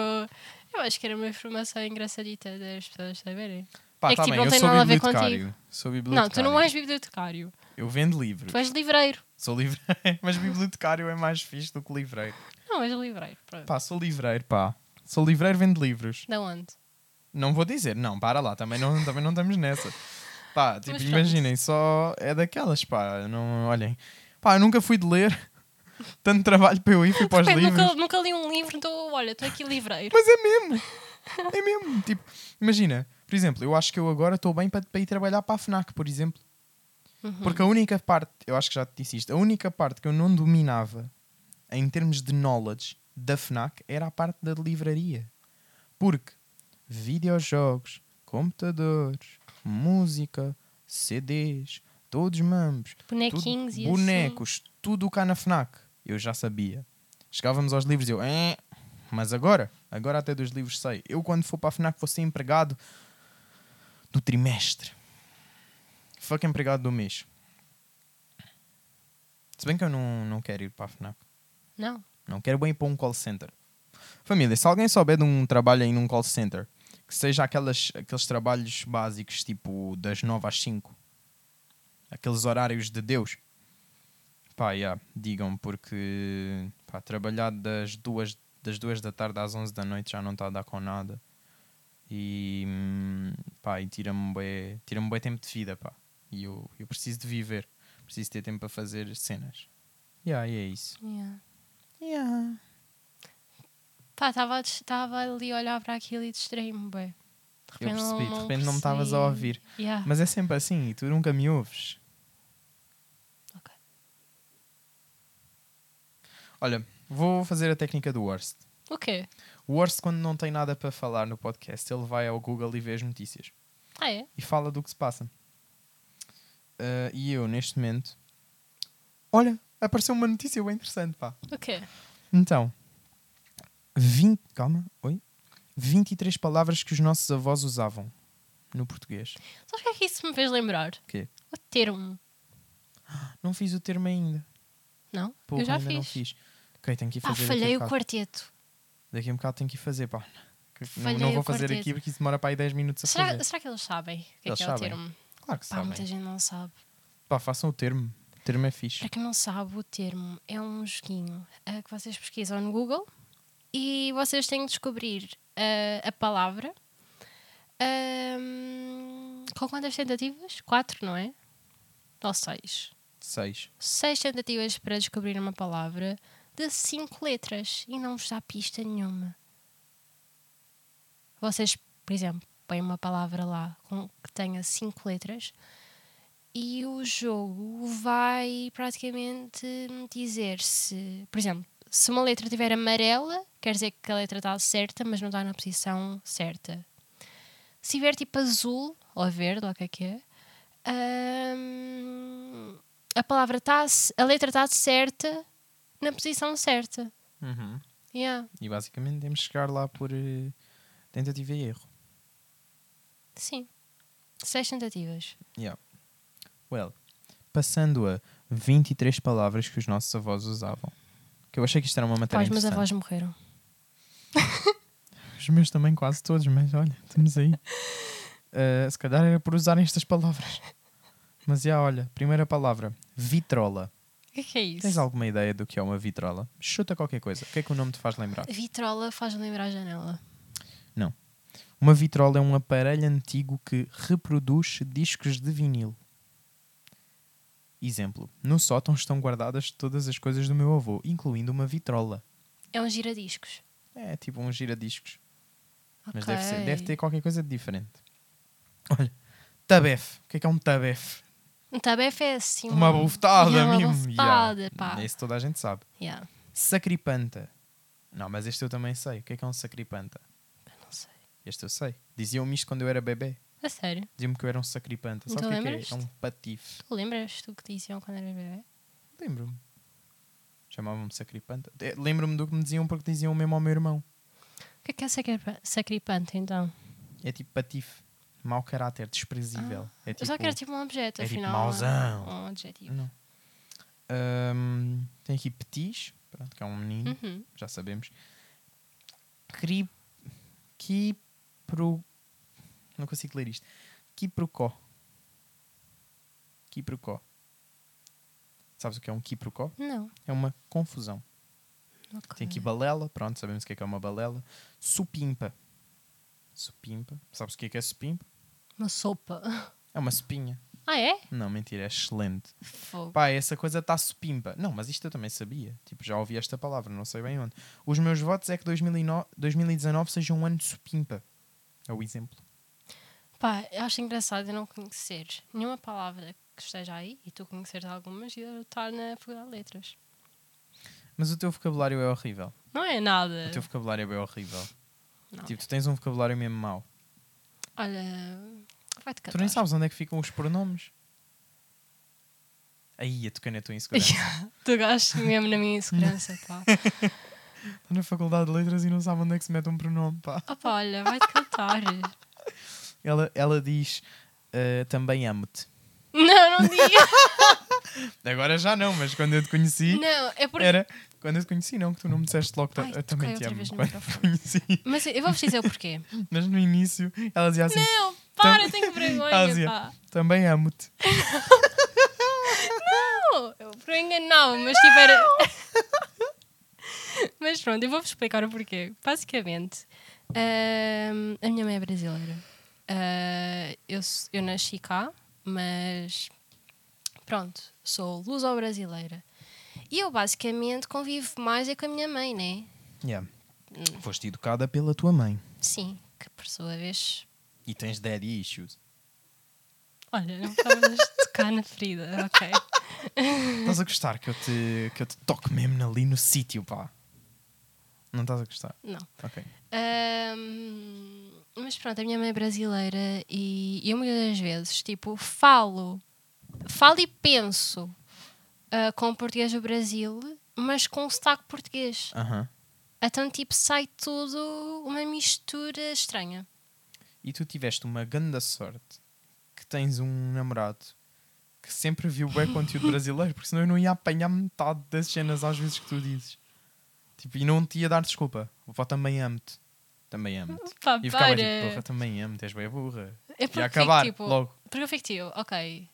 Speaker 2: eu acho que era uma informação engraçadita das pessoas saberem.
Speaker 1: Pá,
Speaker 2: É que,
Speaker 1: tá
Speaker 2: tipo,
Speaker 1: bem,
Speaker 2: não
Speaker 1: eu
Speaker 2: tem
Speaker 1: sou
Speaker 2: nada a ver
Speaker 1: bibliotecário. Sou
Speaker 2: Não,
Speaker 1: bibliotecário.
Speaker 2: tu não és bibliotecário,
Speaker 1: Eu vendo livros.
Speaker 2: tu és livreiro.
Speaker 1: Sou livreiro, [laughs] mas bibliotecário é mais fixe do que livreiro.
Speaker 2: Não, és livreiro. Pronto.
Speaker 1: Pá, sou livreiro, pá. Sou livreiro, vendo livros.
Speaker 2: Da onde?
Speaker 1: Não vou dizer, não, para lá, também não, também não estamos nessa. Pá, tipo,
Speaker 2: Mas pronto.
Speaker 1: imaginem, só é daquelas, pá, não, olhem. Pá, eu nunca fui de ler, [laughs] tanto trabalho para eu ir, fui para os
Speaker 2: Pá,
Speaker 1: livros.
Speaker 2: nunca, nunca li um livro, então olha, estou aqui livreiro.
Speaker 1: Mas é mesmo, é mesmo, tipo, imagina, por exemplo, eu acho que eu agora estou bem para, para ir trabalhar para a FNAC, por exemplo.
Speaker 2: Uhum.
Speaker 1: Porque a única parte, eu acho que já te disse isto, a única parte que eu não dominava em termos de knowledge da FNAC era a parte da livraria. Porque videojogos, computadores, música, CDs, todos mambos,
Speaker 2: Bonequinhos
Speaker 1: tudo-
Speaker 2: e assim.
Speaker 1: bonecos, tudo o cá na FNAC, eu já sabia. Chegávamos aos livros e eu, "Eh", mas agora, agora até dos livros sei. Eu quando for para a FNAC vou ser empregado do trimestre. Fuck empregado do mês. Se bem que eu não, não quero ir para a FNAC.
Speaker 2: assim. Não.
Speaker 1: Não quero bem ir para um call center. Família, se alguém souber de um trabalho aí num call center, que seja aquelas, aqueles trabalhos básicos, tipo das 9 às 5, aqueles horários de Deus, pá, yeah, digam, porque pá, trabalhar das 2, das 2 da tarde às 11 da noite já não está a dar com nada. E, hum, pá, e tira-me bem, tira-me bem tempo de vida, pá. E eu, eu preciso de viver, preciso ter tempo para fazer cenas. Yeah, e é isso.
Speaker 2: Yeah.
Speaker 1: Yeah.
Speaker 2: Pá, estava ali a olhar para aquilo e distraí-me, bem.
Speaker 1: Eu percebi, de repente não me estavas a ouvir.
Speaker 2: Yeah.
Speaker 1: Mas é sempre assim, e tu nunca me ouves.
Speaker 2: Ok.
Speaker 1: Olha, vou fazer a técnica do Worst.
Speaker 2: O quê?
Speaker 1: O Worst, quando não tem nada para falar no podcast, ele vai ao Google e vê as notícias.
Speaker 2: Ah, é?
Speaker 1: E fala do que se passa. Ah, e eu, neste momento... Olha, apareceu uma notícia bem interessante, pá.
Speaker 2: O quê?
Speaker 1: Então, 20, calma, oi. 23 palavras que os nossos avós usavam no português.
Speaker 2: Sabes o que é que isso me fez lembrar?
Speaker 1: O quê?
Speaker 2: O termo.
Speaker 1: Não fiz o termo ainda.
Speaker 2: Não?
Speaker 1: Porra,
Speaker 2: eu já
Speaker 1: ainda
Speaker 2: fiz.
Speaker 1: não fiz. Ok, tenho que ir
Speaker 2: Pá,
Speaker 1: fazer.
Speaker 2: falhei
Speaker 1: daqui, a
Speaker 2: o
Speaker 1: bocado.
Speaker 2: quarteto.
Speaker 1: daqui a bocado tenho que ir fazer, pá. Que- não-
Speaker 2: Falhei
Speaker 1: Não, vou
Speaker 2: o
Speaker 1: fazer
Speaker 2: quarteto.
Speaker 1: aqui porque isso demora para aí 10 minutos a
Speaker 2: Será,
Speaker 1: fazer.
Speaker 2: será que eles sabem o que é
Speaker 1: Eles
Speaker 2: que é
Speaker 1: sabem.
Speaker 2: o termo?
Speaker 1: Claro que
Speaker 2: Pá,
Speaker 1: sabem.
Speaker 2: muita gente não sabe.
Speaker 1: Pá, façam o termo. O termo é fixe.
Speaker 2: Para quem não sabe, o termo é um joguinho eh, que vocês pesquisam no Google e vocês têm que descobrir eh, a palavra ahm, com quantas tentativas? Quatro, não é? Ou seis?
Speaker 1: 6.
Speaker 2: Seis tentativas para descobrir uma palavra de cinco letras e não vos dá pista nenhuma. Vocês, por exemplo, põem uma palavra lá com, que tenha cinco letras e o jogo vai praticamente dizer se, por exemplo, se uma letra tiver amarela, quer dizer que a letra está certa, mas não está na posição certa. Se tiver tipo azul ou verde, ou o que é que é, hum, a palavra está, a letra está certa na posição certa. Yeah,
Speaker 1: E basicamente temos que chegar lá por eh, tentativa e erro.
Speaker 2: sim. Seis tentativas.
Speaker 1: Yeah. Well, passando a 23 palavras que os nossos avós usavam. Que eu achei que isto era uma
Speaker 2: Pá,
Speaker 1: matéria
Speaker 2: os meus
Speaker 1: interessante.
Speaker 2: avós morreram.
Speaker 1: Os meus também, quase todos, mas olha, estamos aí. Uh, se calhar era por usarem estas palavras. Mas já, olha, primeira palavra: vitrola.
Speaker 2: O que é, que é isso?
Speaker 1: Tens alguma ideia do que é uma vitrola? Chuta qualquer coisa. O que é que o nome te faz lembrar?
Speaker 2: Vitrola faz lembrar a janela.
Speaker 1: Uma vitrola é um aparelho antigo que reproduz discos de vinil. Exemplo: no sótão estão guardadas todas as coisas do meu avô, incluindo uma vitrola.
Speaker 2: É um giradiscos.
Speaker 1: É tipo um giradiscos. Mas
Speaker 2: Ok.
Speaker 1: deve, ser- deve ter qualquer coisa de diferente. Olha, tabef. O que é que é um tabef?
Speaker 2: Um tabefe é assim.
Speaker 1: Uma bufetada
Speaker 2: Yeah, uma
Speaker 1: mesmo.
Speaker 2: bufetada,
Speaker 1: Yeah.
Speaker 2: pá.
Speaker 1: Esse toda a gente sabe.
Speaker 2: Yeah,
Speaker 1: Sacripanta. Não, mas este eu também sei. O que é que é um sacripanta?
Speaker 2: não sei.
Speaker 1: Este eu sei. Diziam-me isto quando eu era bebê.
Speaker 2: A sério.
Speaker 1: Diziam-me que eu era um sacripanta. Sabe
Speaker 2: Então
Speaker 1: o que é que é?
Speaker 2: lembras-te?
Speaker 1: É um patife.
Speaker 2: Tu lembras do que diziam quando eras bebê?
Speaker 1: Lembro-me. Chamavam-me sacripanta. Eh, Lembro-me do que me diziam porque diziam mesmo ao meu irmão.
Speaker 2: O que é que é sacripa- sacripante então?
Speaker 1: É tipo patife. Mau caráter, desprezível. é
Speaker 2: Eu
Speaker 1: tipo...
Speaker 2: só quero tipo um objeto,
Speaker 1: é tipo
Speaker 2: afinal.
Speaker 1: mauzão.
Speaker 2: Um objetivo.
Speaker 1: Não. Ahm, tem aqui petis, pronto, que é um menino,
Speaker 2: Uhum.
Speaker 1: já sabemos. Cri... Quipro... Não consigo ler isto. Quiprocó. Quiprocó. Sabes o que é um quiprocó?
Speaker 2: Não.
Speaker 1: É uma confusão.
Speaker 2: ok.
Speaker 1: Tem aqui balela, pronto, sabemos o que é que é uma balela. Supimpa. Supimpa. Sabes o que é que é supimpa?
Speaker 2: Uma sopa. [laughs]
Speaker 1: É uma espinha.
Speaker 2: Ah, é?
Speaker 1: Não, mentira, é excelente.
Speaker 2: Fogo.
Speaker 1: Pá, essa coisa está supimpa. Não, mas isto eu também sabia. Tipo, já ouvi esta palavra, não sei bem onde. Os meus votos é que 2009 2019 seja um ano de supimpa. É o exemplo.
Speaker 2: Pá, eu acho engraçado eu não conhecer nenhuma palavra que esteja aí e tu conheceres algumas e eu estar na faculdade de letras.
Speaker 1: Mas o teu vocabulário é horrível.
Speaker 2: Não é nada.
Speaker 1: O teu vocabulário é bem horrível.
Speaker 2: Não.
Speaker 1: Tipo, tu tens um vocabulário mesmo mau.
Speaker 2: Olha, vai-te
Speaker 1: Tu
Speaker 2: catar.
Speaker 1: nem sabes onde é que ficam os pronomes. Aí, a tucana é a tua insegurança.
Speaker 2: Tu gastas mesmo na minha insegurança,
Speaker 1: [laughs]
Speaker 2: pá.
Speaker 1: Está na faculdade de letras e não sabe onde é que se mete um pronome, pá.
Speaker 2: Opa, olha, vai-te catar.
Speaker 1: Ela, ela diz, eh, também amo-te.
Speaker 2: Não, não diga.
Speaker 1: Agora já não, mas quando eu te conheci...
Speaker 2: Não, é porque...
Speaker 1: Era quando eu te conheci, não, que tu não me disseste logo. ta-
Speaker 2: Ai,
Speaker 1: eu também te
Speaker 2: toquei outra
Speaker 1: amo.
Speaker 2: vez no
Speaker 1: Quando te
Speaker 2: [laughs]
Speaker 1: conheci,
Speaker 2: Mas eu vou-vos dizer o porquê.
Speaker 1: mas no início ela dizia assim:
Speaker 2: Não, para,
Speaker 1: Tam-
Speaker 2: tenho vergonha,
Speaker 1: Ásia.
Speaker 2: pá.
Speaker 1: também amo-te.
Speaker 2: Não, eu por enganava, mas tipo era... [laughs] Mas pronto, eu vou-vos explicar o porquê. Basicamente, ahm, a minha mãe é brasileira. Ah, eu, s- eu nasci cá, mas pronto, sou luso-brasileira. E eu basicamente convivo mais é com a minha mãe, né?
Speaker 1: Yeah.
Speaker 2: Hum.
Speaker 1: Foste educada pela tua mãe
Speaker 2: Sim, que por sua vez.
Speaker 1: e tens daddy issues.
Speaker 2: Olha, não estavas a tocar na ferida, ok.
Speaker 1: Estás a gostar que eu te, que eu te toque mesmo ali no sítio, pá. Não estás a gostar?
Speaker 2: Não.
Speaker 1: Ok.
Speaker 2: Ahm, mas pronto, a minha mãe é brasileira e eu muitas das vezes, tipo, falo, falo e penso ah, com o português do Brasil, mas com um sotaque português.
Speaker 1: Aham.
Speaker 2: Então, tipo, sai tudo uma mistura estranha.
Speaker 1: E tu tiveste uma grande sorte que tens um namorado que sempre viu
Speaker 2: [laughs]
Speaker 1: bem conteúdo brasileiro, porque senão eu não ia apanhar metade das cenas às vezes que tu dizes. Tipo, e não te ia dar desculpa. O vó também amo-te. Também amo-te.
Speaker 2: Pá,
Speaker 1: E ficava
Speaker 2: Hum, para.
Speaker 1: tipo, porra, também amo, tens bem burra.
Speaker 2: É
Speaker 1: E
Speaker 2: porque
Speaker 1: a acabar,
Speaker 2: fico, tipo,
Speaker 1: logo.
Speaker 2: porque eu fico tipo, ok,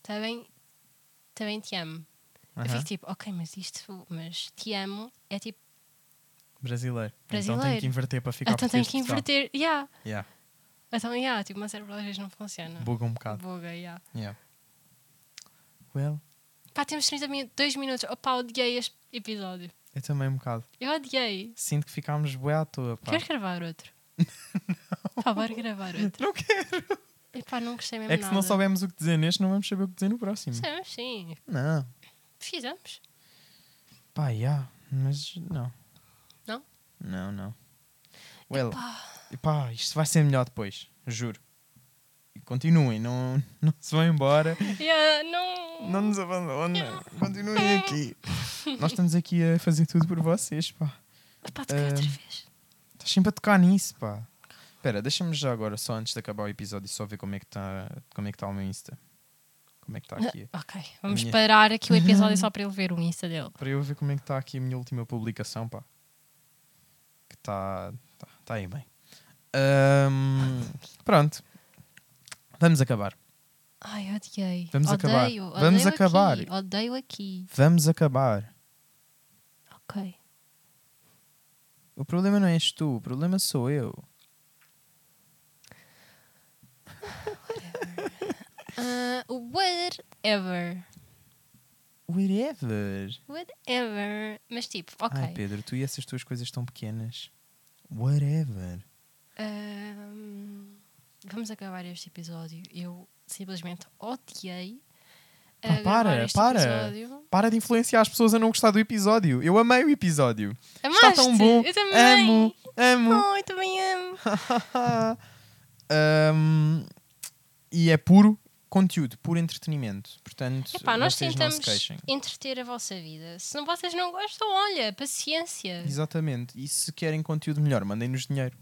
Speaker 2: também, também te amo. Eu
Speaker 1: Aham.
Speaker 2: fico tipo, ok, mas isto, mas te amo, é tipo,
Speaker 1: Brasileiro. Então tenho
Speaker 2: Brasileiro.
Speaker 1: que inverter para ficar
Speaker 2: então tenho
Speaker 1: português
Speaker 2: que
Speaker 1: de Portugal.
Speaker 2: inverter, yeah.
Speaker 1: Yeah,
Speaker 2: Então, yeah, tipo, o meu cérebro às vezes não funciona.
Speaker 1: buga um bocado.
Speaker 2: Boga, yeah.
Speaker 1: Yeah.
Speaker 2: Hum.
Speaker 1: Well,
Speaker 2: Pá, temos 30 minutos, 2 minutos. Opá, odiei este episódio.
Speaker 1: eu também um bocado.
Speaker 2: Eu odiei.
Speaker 1: Sinto que ficámos bué à toa, pá.
Speaker 2: Queres
Speaker 1: [laughs]
Speaker 2: gravar outro? Pá, bora gravar outro.
Speaker 1: Não quero.
Speaker 2: E pá, não gostei mesmo
Speaker 1: É que se
Speaker 2: nada.
Speaker 1: não soubemos o que dizer neste, não vamos saber o que dizer no próximo.
Speaker 2: Sim, sim.
Speaker 1: Não. [laughs]
Speaker 2: Fizemos.
Speaker 1: Pá, yeah, mas não.
Speaker 2: Não?
Speaker 1: Não, não. Well, pá, isto vai ser melhor depois, juro. E Continuem, não, não se vão embora,
Speaker 2: Yeah, não...
Speaker 1: não nos abandonem, continuem aqui. Nós estamos aqui a fazer tudo por vocês, pá.
Speaker 2: Pá, toquei outra vez.
Speaker 1: Estás sempre a tocar nisso, pá. Espera, deixa-me já agora, só antes de acabar o episódio, só ver como é que está como é que tá o meu Insta. Como é que está aqui.
Speaker 2: Ok, vamos
Speaker 1: minha-
Speaker 2: parar aqui o
Speaker 1: [laughs]
Speaker 2: episódio só para ele ver o Insta dele.
Speaker 1: Para eu ver como é que está aqui a minha última publicação, pá. Que está. Está tá aí bem.
Speaker 2: [laughs]
Speaker 1: Ahm, pronto. Vamos acabar.
Speaker 2: Ai, odiei.
Speaker 1: Vamos acabar.
Speaker 2: Odeio, odeio
Speaker 1: Vamos
Speaker 2: aqui,
Speaker 1: acabar.
Speaker 2: Odeio aqui.
Speaker 1: Vamos acabar.
Speaker 2: Ok.
Speaker 1: O problema não és tu, o problema sou eu.
Speaker 2: Ah, whatever.
Speaker 1: Whatever.
Speaker 2: Whatever. Mas tipo, ok.
Speaker 1: Ai, Pedro, tu e essas tuas coisas tão pequenas. Whatever.
Speaker 2: Ahm, vamos acabar este episódio. Eu simplesmente odiei.
Speaker 1: Pá,
Speaker 2: a gravar
Speaker 1: Ah, para,
Speaker 2: este
Speaker 1: para.
Speaker 2: Episódio.
Speaker 1: Para de influenciar as pessoas a não gostar do episódio. Eu amei o episódio.
Speaker 2: Amaste?
Speaker 1: Está tão bom.
Speaker 2: Eu também.
Speaker 1: Amo, amo.
Speaker 2: Oh, eu
Speaker 1: [laughs]
Speaker 2: também amo.
Speaker 1: Ahm, e é puro conteúdo, puro entretenimento. Portanto,
Speaker 2: Epá, nós
Speaker 1: vocês não se
Speaker 2: tentamos
Speaker 1: queixem.
Speaker 2: entreter a vossa vida. Se não, vocês não gostam, olha, paciência.
Speaker 1: Exatamente. E se querem conteúdo melhor, mandem-nos
Speaker 2: [laughs]
Speaker 1: dinheiro.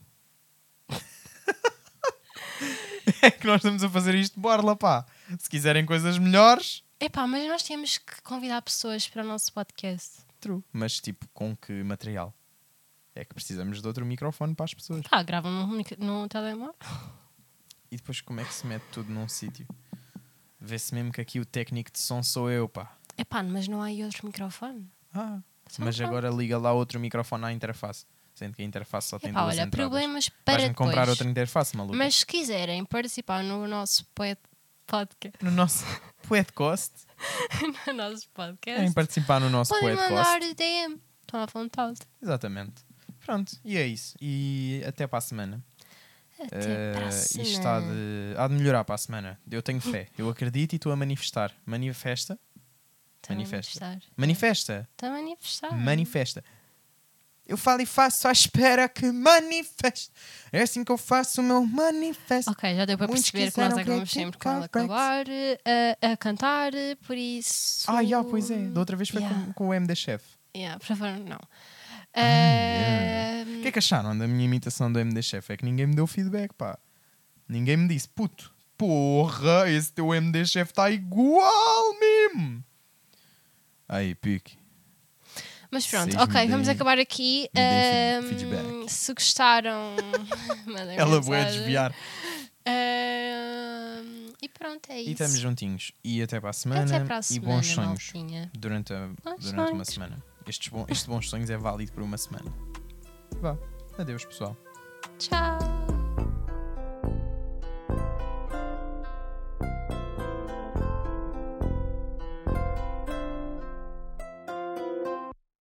Speaker 1: é que nós estamos a fazer isto, bora lá pá. Se quiserem coisas melhores,
Speaker 2: Epá, mas nós temos que convidar pessoas para o nosso podcast.
Speaker 1: true. Mas tipo, com que material? É que precisamos de outro microfone para as pessoas.
Speaker 2: Pá, gravam no, mic- no telemóvel.
Speaker 1: E depois como é que se mete tudo num sítio? Vê-se mesmo que aqui o técnico de som sou eu, pá.
Speaker 2: Epá, mas não há aí outro microfone.
Speaker 1: Ah,
Speaker 2: Então
Speaker 1: mas
Speaker 2: pronto.
Speaker 1: agora liga lá outro microfone à interface. Sendo que a interface só tem
Speaker 2: Epá,
Speaker 1: duas
Speaker 2: olha,
Speaker 1: entradas.
Speaker 2: problemas para
Speaker 1: Vais-me
Speaker 2: depois.
Speaker 1: comprar outra interface, maluco.
Speaker 2: Mas se quiserem participar no nosso pod- podcast,
Speaker 1: No nosso [laughs] podcast,
Speaker 2: [laughs] no nosso podcast
Speaker 1: em participar no nosso
Speaker 2: podem
Speaker 1: podcast.
Speaker 2: mandar DM. Estão à vontade.
Speaker 1: Exatamente. Pronto, e é isso. E até para a semana.
Speaker 2: Até para a
Speaker 1: Eh,
Speaker 2: semana.
Speaker 1: Isto há de, há de melhorar para a semana. Eu tenho fé. Eu acredito e estou a manifestar. Manifesta.
Speaker 2: Estão Tá a
Speaker 1: manifesta.
Speaker 2: manifestar.
Speaker 1: Manifesta.
Speaker 2: Estão a manifestar.
Speaker 1: Manifesta. Eu falo e faço à espera que manifeste. É assim que eu faço o meu manifesto.
Speaker 2: Ok, já deu para
Speaker 1: Muitos
Speaker 2: perceber que nós
Speaker 1: quiseram
Speaker 2: é que vamos
Speaker 1: que eu
Speaker 2: sempre quando
Speaker 1: tocasse.
Speaker 2: acabar eh, a, a cantar, eh, por isso.
Speaker 1: Ah, já, pois é. Da outra vez foi
Speaker 2: Yeah.
Speaker 1: com, com o M da chefe.
Speaker 2: Yeah, por favor, não. Eh,
Speaker 1: yeah.
Speaker 2: Ahm,
Speaker 1: O que é que acharam da minha imitação do M da chefe? É que ninguém me deu feedback, pá. Ninguém me disse, puto, porra, esse teu M da chefe está igual mesmo. Aí, pique.
Speaker 2: Mas pronto,
Speaker 1: Vocês me
Speaker 2: ok,
Speaker 1: deem-
Speaker 2: vamos acabar aqui.
Speaker 1: me deem
Speaker 2: Ahm,
Speaker 1: feedback. [laughs]
Speaker 2: se gostaram, mandem
Speaker 1: Ela é vai
Speaker 2: mensagem.
Speaker 1: desviar.
Speaker 2: Ahm, e pronto, é isso.
Speaker 1: E estamos juntinhos. E até para a semana.
Speaker 2: Até para a
Speaker 1: e
Speaker 2: semana,
Speaker 1: bons sonhos.
Speaker 2: maltinha.
Speaker 1: Durante, a-
Speaker 2: Bons
Speaker 1: durante uma
Speaker 2: sonhos.
Speaker 1: semana. Estes, bom, estes bons sonhos é válido por uma semana. Vá. Adeus, pessoal.
Speaker 2: Tchau.